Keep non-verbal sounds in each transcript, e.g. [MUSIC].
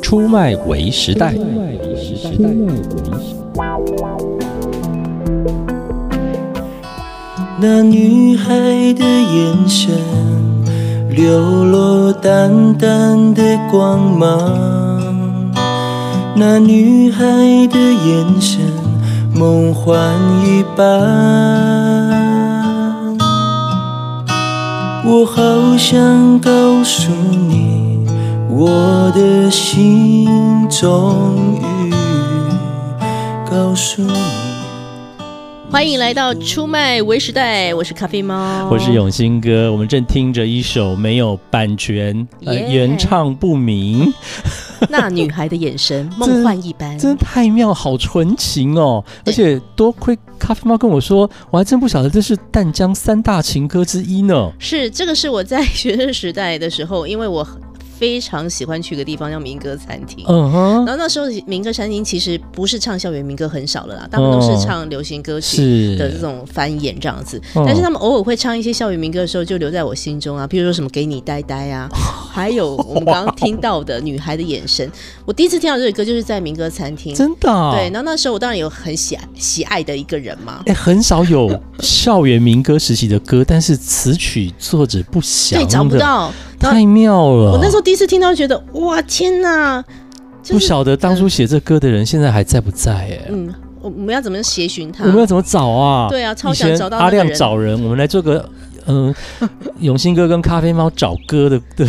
出卖为时代。那女孩的眼神流落淡淡的光芒，那女孩的眼神梦幻一般。我好想告诉你，我的心终于告诉你。欢迎来到出卖为时代，我是咖啡猫，我是永兴哥，我们正听着一首没有版权、呃 Yeah 原唱不明，那女孩的 [LAUGHS] 眼神梦幻一般，真的太妙，好纯情哦！而且多亏咖啡猫跟我说，我还真不晓得这是淡江三大情歌之一呢。是这个是我在学生时代的时候，因为我非常喜欢去一个地方叫民歌餐厅。嗯然哼，后那时候民歌餐厅其实不是唱校园民歌很少了啦，大部分都是唱流行歌哦曲是的这种翻演这样子。嗯但是他们偶尔会唱一些校园民歌的时候，就留在我心中啊，譬如说什么“给你呆呆”啊，哦还有我们刚刚听到的《女孩的眼神》。我第一次听到这首歌就是在民歌餐厅，真的啊、对。然后那时候我当然有很喜爱喜爱的一个人嘛，哎，很少有校园民歌时期的歌，但是词曲作者不详对，的，找不到。然后太妙了。我那时候第一次听到，觉得哇天哪，就不是晓得当初写这歌的人现在还在不在哎、嗯，我我们要怎么协寻他我？们要怎么找啊？对啊超以想前找到那阿个亮人找人，我们来做个嗯， [LAUGHS] 永兴哥跟咖啡猫找歌的 [LAUGHS] 的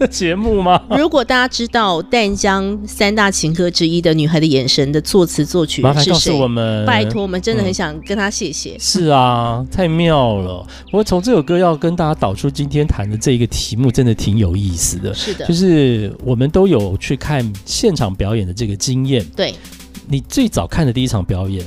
的节目吗？如果大家知道淡江三大情歌之一的《女孩的眼神》的作词作曲麻人烦是告诉我谁？们，嗯拜托，。我们真的很想跟他谢谢。是啊，太妙了！不过从这首歌要跟大家导出今天谈的这一个题目，真的挺有意思的。是的就，是我们都有去看现场表演的这个经验。对你最早看的第一场表演，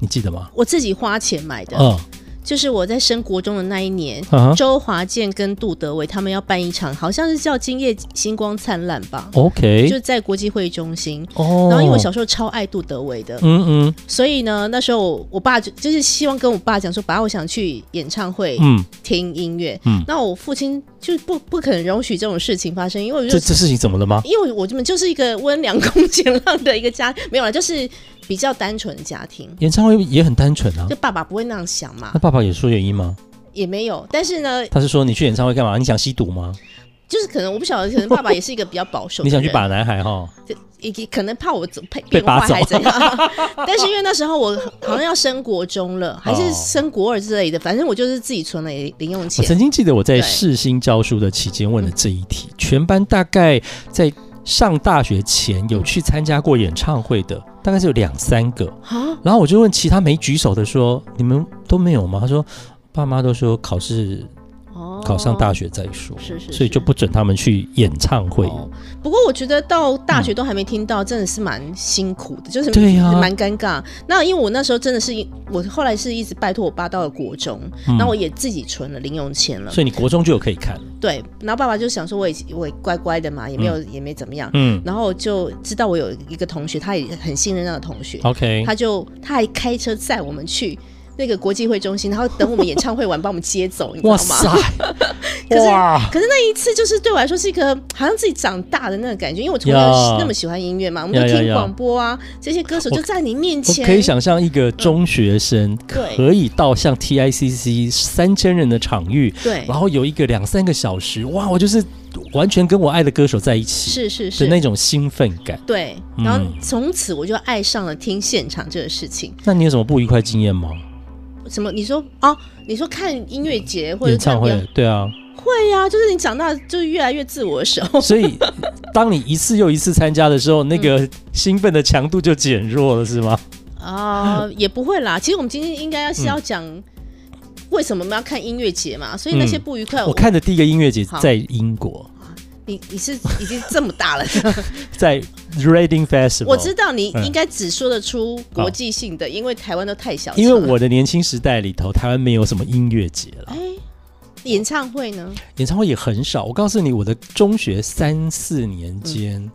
你记得吗？我自己花钱买的，嗯，就是我在升国中的那一年。啊哈周华健跟杜德伟他们要办一场，好像是叫《今夜星光灿烂》吧， ，OK，就在国际会议中心。哦，然后因为我小时候超爱杜德伟的，嗯嗯所以呢，那时候我我爸就就是希望跟我爸讲说，爸，我想去演唱会嗯，听音乐。嗯那我父亲就不不肯容许这种事情发生，因为我就这这事情怎么了吗？因为我们就是一个温良恭俭让的一个家，没有了，就是比较单纯的家庭。演唱会也很单纯啊就。爸爸不会那样想嘛那，爸爸也说原因吗？也没有。但是呢，他是说你去演唱会干嘛？你想吸毒吗？就是可能我不晓得，可能爸爸也是一个比较保守 [LAUGHS] 的你人。想去把男孩哈？这以及可能怕我走被被变坏拔走还怎样？ [LAUGHS] 但是因为那时候我好像要升国中了，还是升国二之类的，反正我就是自己存了零用哦我钱。曾经记得我在对世新教书的期间问了这一题，全班大概在上大学前有去参加过演唱会的，大概是有两三个。啊，然后我就问其他没举手的说：“你们都没有吗？”他说：“爸妈都说考试哦考上大学再说，是是嗯所以是就不准他们去演唱会。嗯哦不过我觉得到大学都还没听到，真的是蛮辛苦的，就是对呀蛮尴尬。那因为我那时候真的是，我后来是一直拜托我爸到了国中，嗯然后我也自己存了零用钱了，所以你国中就有可以看，对。然后爸爸就想说我也我也乖乖的嘛，也没有、也没怎么样。嗯然后就知道我有一个同学，他也很信任那个同学， ，OK，他就他还开车载我们去那个国际会中心，然后等我们演唱会完把我们接走，你知道哇吗？塞，是哇，可是那一次就是对我来说是一个好像自己长大的那个感觉，因为我从来呀那么喜欢音乐嘛，我们呀就呀听呀广播啊，这些歌手就在你面我前，可以想象一个中学生嗯对可以到像 TICC 三千人的场域，对，然后有一个两三个小时，哇，我就是完全跟我爱的歌手在一起是是的那是。种兴奋感。对，嗯然后从此我就爱上了听现场这个事情。那你有什么不愉快经验吗？什么？你说哦？你说看音乐节或者演唱看表会，对啊，会呀、就是你长大就是越来越自我的时候，所以当你一次又一次参加的时候，那个嗯兴奋的强度就减弱了，是吗？啊、 [LAUGHS] 也不会啦。其实我们今天应嗯该要是要讲为什么我们要看音乐节嘛，所以那些嗯不愉快，我看的第一个音乐节哦好在英国，你你是已经这么 [LAUGHS] 大了，在 Reading Festival， [LAUGHS] 我知道你嗯应该只说得出国际性的，因为台湾都太小。因为我的年轻时代里头，台湾没有什么音乐节了。哎，演唱会呢？演唱会也很少。我告诉你，我的中学三四年间，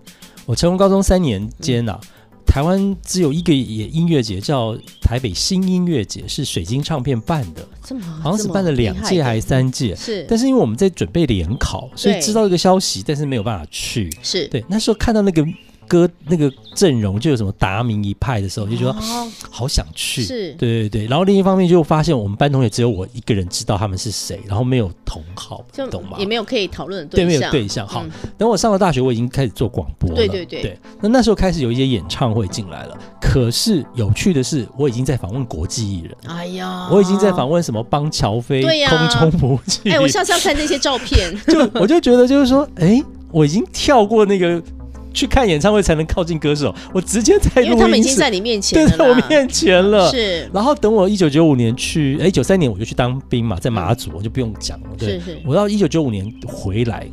我成功高中三年间啊，台湾只有一个也音乐节叫台北新音乐节，是水晶唱片办的，这么好像是办了两届还是三届。是但是因为我们在准备联考，所以对知道这个消息，但是没有办法去。是对，那时候看到那个歌那个阵容，就有什么达明一派的时候，就觉得哦好想去。是对对对。然后另一方面就发现我们班同学只有我一个人知道他们是谁，然后没有同好，就懂吗？也没有可以讨论的对，没有象，对象。好嗯，等我上了大学，我已经开始做广播了。对对对那那时候开始有一些演唱会进来了，可是有趣的是，我已经在访问国际艺人，哎呀，我已经在访问什么帮乔飞、对呀空中母器。哎，我下次要看那些照片，就我就觉得就是说，哎，我已经跳过那个去看演唱会才能靠近歌手，我直接 [LAUGHS] 在因为录他们已音经室，在你面前对，了啦，在我面前了。是然后等我一九九五年去，哎，九三年我就去当兵嘛，在马祖，我就不用讲了。对嗯是，是我到一九九五年回来，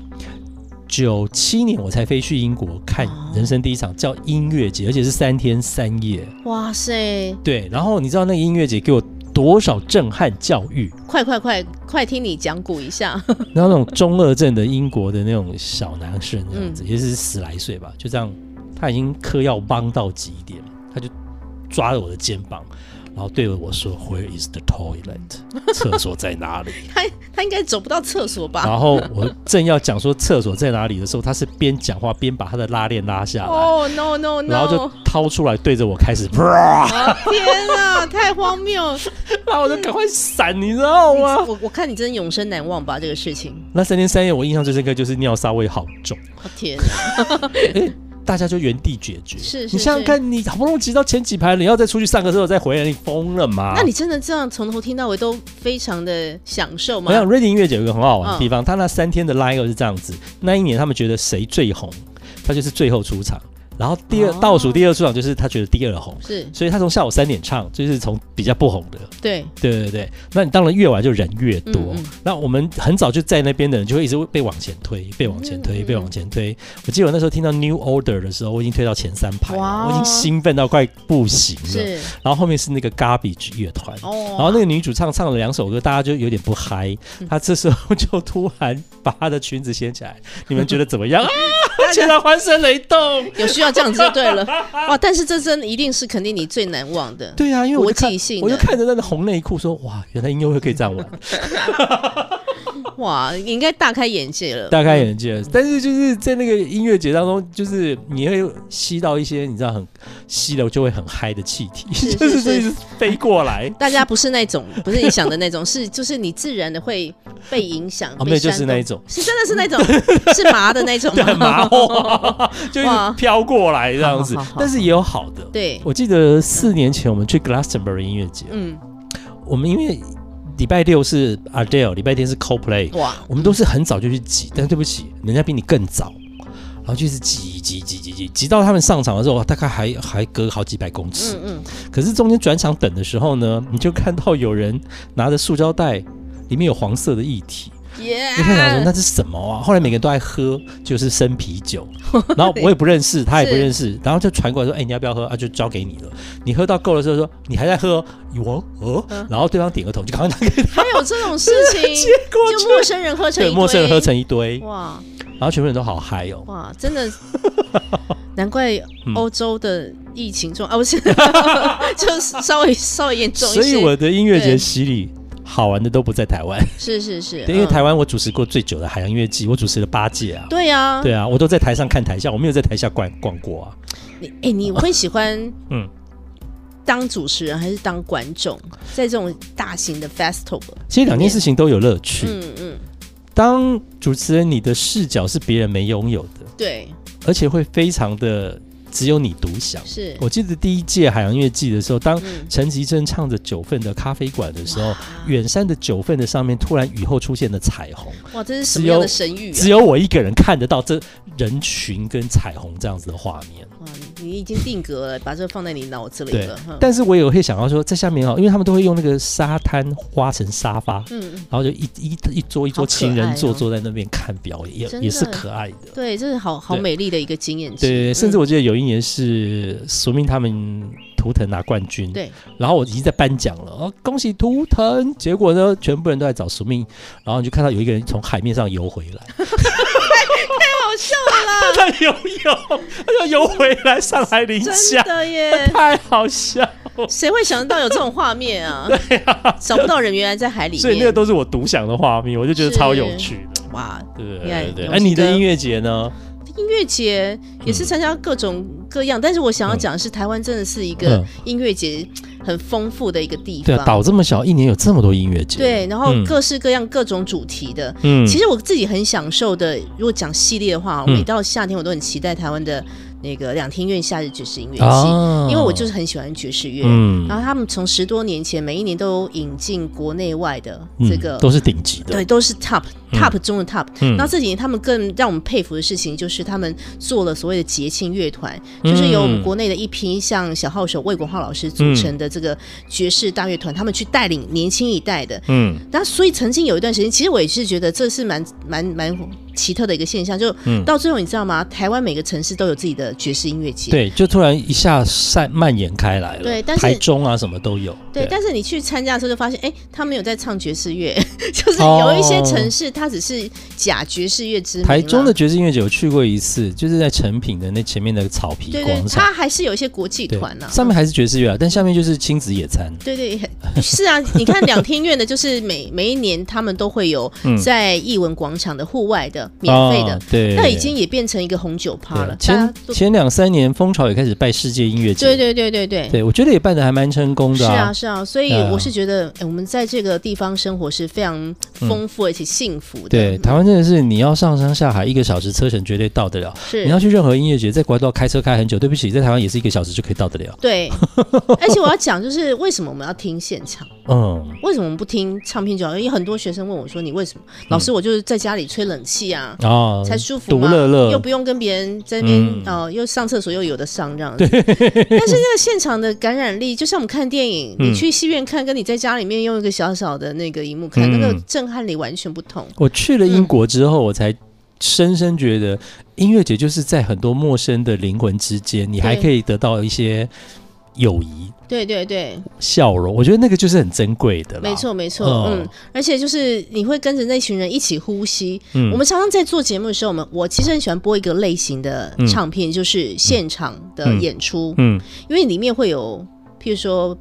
九七年我才飞去英国看哦人生第一场叫音乐节，而且是三天三夜。哇塞，对，然后你知道那个音乐节给我多少震撼教育？快快快快听你讲古一下， [LAUGHS] 然后那种中二症的英国的那种小男生这样子，也是十来岁吧，就这样，他已经嗑药帮到极点，他就抓了我的肩膀，然后对着我说：“Where is the toilet？厕 [LAUGHS] 所在哪里？”他他应该走不到厕所吧？然后我正要讲说厕所在哪里的时候，他是边讲话边把他的拉链拉下来，哦、no no no！然后就掏出来对着我开始， [LAUGHS] 啪啊天 [LAUGHS] 啊，太荒谬！然后我就赶快闪，你知道吗？我我看 [LAUGHS] 你真的永生难忘吧这个事情。那三天三夜我印象最深刻就是尿骚味好重，哦、天啊，大家就原地解决。是是你想想看，你好不容易挤到前几排，你要再出去上个厕所再回来，你疯了吗？那你真的这样从头听到尾都非常的享受吗我？想瑞典音乐节有一个很好玩的地方，他那三天的 line 是这样子，那一年他们觉得谁最红，他就是最后出场，然后第二、哦倒数第二出场就是他觉得第二红。是所以他从下午三点唱，就是从比较不红的，对，对对对。那你当然越晚就人越多，嗯嗯那我们很早就在那边的人就会一直被往前推，被往前推，嗯嗯被往前推。我记得我那时候听到 New Order 的时候，我已经推到前三排哇了，我已经兴奋到快不行了。是然后后面是那个 Garbage 乐团。哦。然后那个女主唱唱了两首歌，大家就有点不嗨。嗯她这时候就突然把她的裙子掀起来，你们觉得怎 [LAUGHS] 么样啊？现在欢声雷动。有需要这样子就对了 [LAUGHS] 哇！但是这真的一定是肯定你最难忘的。对啊，因为我国就看际性的我就看着那个红内裤说，哇，原来音乐会可以这样玩，哇，你应该大开眼界了。大概也能记得。嗯但是就是在那个音乐节当中，就是你会吸到一些你知道很吸了就会很嗨的气体， [LAUGHS] 是就是是一直飞过来。大家不是那种，不是你想的那种，是就是你自然的会被影响。啊，被没有，就煽是那一动种，是真的是那种 [LAUGHS] 是麻的那种 [LAUGHS] 对，吗？很麻花，就是 [LAUGHS] 哇飘过来这样子好好好。但是也有好的， [LAUGHS] 对，我记得四年前我们去 Glastonbury 音乐节，嗯，我们因为礼拜六是 Adele，礼拜天是 Coldplay，哇，我们都是很早就去挤，但对不起，人家比你更早，然后就是挤挤挤挤挤，挤到他们上场的时候，大概还还隔好几百公尺。嗯嗯，可是中间转场等的时候呢，你就看到有人拿着塑胶袋，里面有黄色的液体。耶一开始想说那是什么啊？后来每个人都爱喝，就是生啤 [LAUGHS] 酒，然后我也不认识，他也不认识，然后就传过来说：“哎、你要不要喝？啊，就交给你了。你喝到够的时候说你还在喝哦，我哦，嗯然后对方点个头，就赶快拿给他还有这种事情， [LAUGHS] 接过就陌去。生人喝成一对，堆陌生人喝成一堆，哇然后全部人都好嗨哦！哇，真 [LAUGHS] 的，难怪嗯欧洲的疫情状啊，[LAUGHS] 不是， [LAUGHS] 就是稍微稍微严重一些。所以我的音乐节对洗礼好玩的都不在台湾，是是是，对因为嗯台湾我主持过最久的海洋音乐季，我主持了八届啊。对啊，对啊，我都在台上看台下，我没有在台下逛逛过啊。你哎、你会喜欢嗯当主持人还是当观众？在这种大型的 festival，其实两件事情都有乐趣。嗯嗯，当主持人，你的视角是别人没拥有的，对，而且会非常的只有你独享。是，我记得第一届海洋音乐季的时候，当嗯，陈绮贞唱着《九份的咖啡馆》的时候哇，远山的九份的上面突然雨后出现了彩虹，哇，这是什么样的神域啊只？有我一个人看得到这人群跟彩虹这样子的画面。哇，你已经定格了，把这个放在你脑子里对了。哼，但是我也会想到说，在下面哦，因为他们都会用那个沙滩花成沙发，嗯，嗯然后就一一一桌一桌好可情人爱坐哦坐在那边看表演，真也也是的可爱的。对，这是好好对美丽的一个经验值。对，嗯甚至我记得有一年是苏明他们图腾拿冠军，，对，然后我已经在颁奖了，哦，恭喜图腾！结果呢，全部人都在 [LAUGHS] 找苏明，然后你就看到有一个人从海面上游回来，好笑了他 [LAUGHS] 在游泳，哎他就游回来上来领 [LAUGHS] 真奖，！的耶太好笑了。谁会想到有这种画面啊？ [LAUGHS] 对啊，想不到人原来在海里面。所以那个都是我独享的画面，我就觉得超有趣的，哇，对不你对？看对，永哎，你琪哥的音乐节呢？音乐节也嗯是参加各种各样，但是我想要讲的是，台湾真的是一个嗯音乐节很丰富的一个地对啊，方。岛这么小，一年有这么多音乐节，，对，然后嗯各式各样、各种主题的。嗯，其实我自己很享受的，如果讲系列的话，嗯每到夏天我都很期待台湾的那个两厅院夏日爵士音乐季，啊因为我就是很喜欢爵士乐。嗯然后他们从十多年前，每一年都有引进国内外的嗯这个都是顶级的，对，都是 top top 中的 top、嗯那这几年他们更让我们佩服的事情，就是他们做了所谓的节庆乐团，就是由我们国内的一批像小号手魏国浩老师组成的这个爵士大乐团，他们去带领年轻一代的。嗯，那所以曾经有一段时间，其实我也是觉得这是蛮蛮蛮奇特的一个现象，就嗯到最后你知道吗？台湾每个城市都有自己的爵士音乐节，对，就突然一下散蔓延开来了，对但是台中啊什么都有，对，但是你去参加的时候就发现，哎，他们有在唱爵士乐，就是有一些城市它只是假爵士乐之名啦。台中的爵士音乐节我去过一次，就是在成品的那前面的草皮对对广，场，它还是有一些国际对团呐、啊。上面还是爵士乐啊，但下面就是亲子野餐，对对，也是啊， [LAUGHS] 你看两天院的，就是每每一年他们都会有嗯在艺文广场的户外的、免费的哦，对，那已经也变成一个红酒趴对了，大家前都前两三年蜂巢也开始办世界音乐节，对对对对对。对我觉得也办的还蛮成功是的啊，，是啊，所以嗯我是觉得，哎，我们在这个地方生活是非常丰富而且幸嗯福的。嗯对，台湾真的是你要上山下海一个小时车程绝对到得了，是你要去任何音乐节，在国外都要开车开很久，对不起，在台湾也是一个小时就可以到得了，对，而且我要讲，就是为什么我们要听现场？嗯，为什么我们不听唱片就好？因为很多学生问我说：“你为什么？”老嗯师，我就是在家里吹冷气啊，啊，才舒服独嘛，乐乐又不用跟别人在那边呃嗯哦、又上厕所又有的上这样子。但是那个现场的感染力，就像我们看电影，嗯你去戏院看，跟你在家里面用一个小小的那个荧幕看，嗯那个震撼力完全不同。我去了嗯英国之后，我才深深觉得音乐节就是在很多陌生的灵魂之间，你还可以得到一些友谊、对对对，笑容。我觉得那个就是很珍贵的啦。没，错没错，哦嗯，而且就是你会跟着那群人一起呼吸。嗯我们常常在做节目的时候，我们我其实很喜欢播一个类型的嗯唱片，就是现场的嗯演出。嗯因为里面会有，譬如说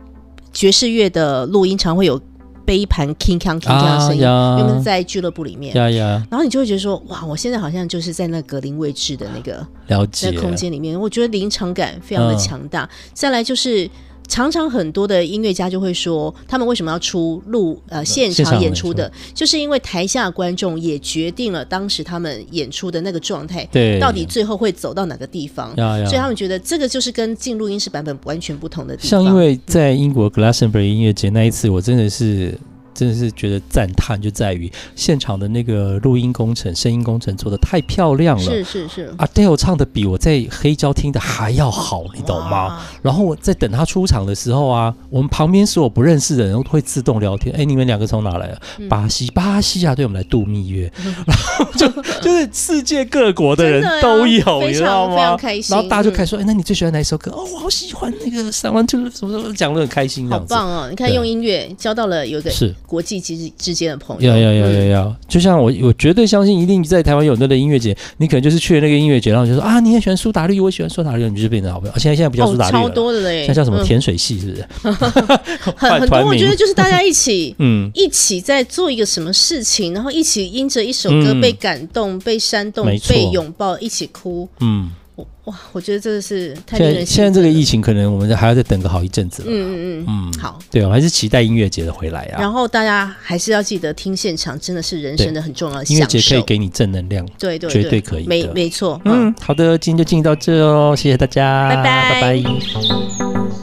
爵士乐的录音常会有杯盘 king kang king kang 的声音，啊呀因为在俱乐部里面。呀呀，然后你就会觉得说，哇，我现在好像就是在那格林位置的那个了解那。空间里面，我觉得临场感非常的嗯强大。再来就是，常常很多的音乐家就会说，他们为什么要出录呃现现场场演演出的，就是因为台下观众也决定了当时他们演出的那个状态，对，到底最后会走到哪个地方。呀呀，所以他们觉得这个就是跟进录音室版本完全不同的地方。像因为在英国 Glastonbury 音乐节那一次，我真的是。真的是觉得赞叹，就在于现场的那个录音工程、声音工程做的太漂亮了。是是是， Adele 唱的比我在黑胶听的还要好，你懂吗？哇？然后我在等他出场的时候啊，我们旁边所有不认识的人都会自动聊天。哎，你们两个从哪来啊？嗯巴西，巴西啊，对我们来度蜜月，然后就就是世界各国的人真的啊都有，非常你知道非吗常开？心然后大家就开始说，哎，那你最喜欢哪一首歌？哦，我好喜欢那个《三万 two》，什么什么，讲的很开心，这好样子。棒哦！你看对用音乐交到了有一个是国际之之间的朋友，要要要要嗯要，就像我，我绝对相信，一定在台湾有很多的音乐节，你可能就是去了那个音乐节，然后就说啊，你也喜欢苏打绿，我也喜欢苏打绿，你就变成好朋友。啊现在现在不叫苏哦，打绿超了，多的嘞，现在叫什么嗯甜水系，是不是？很很团多，我名觉得就是大家一起 [LAUGHS] 嗯，一起在做一个什么事情，然后一起因着一首歌嗯被感动、被煽动没、错被拥抱、一起哭。嗯，我哇，我觉得真的是太现令在人现在这个兴疫情，可能我们还要再等个好一阵子了。奋了，嗯嗯嗯，嗯，好。对，我还是期待音乐节的回来啊。然后大家还是要记得听现场，真的是人生的很重要的音乐享节可以受。给你正能量。对对，绝对可以的没没错，嗯。嗯，好的，今天就进行到这哦，谢谢大家，拜拜拜拜。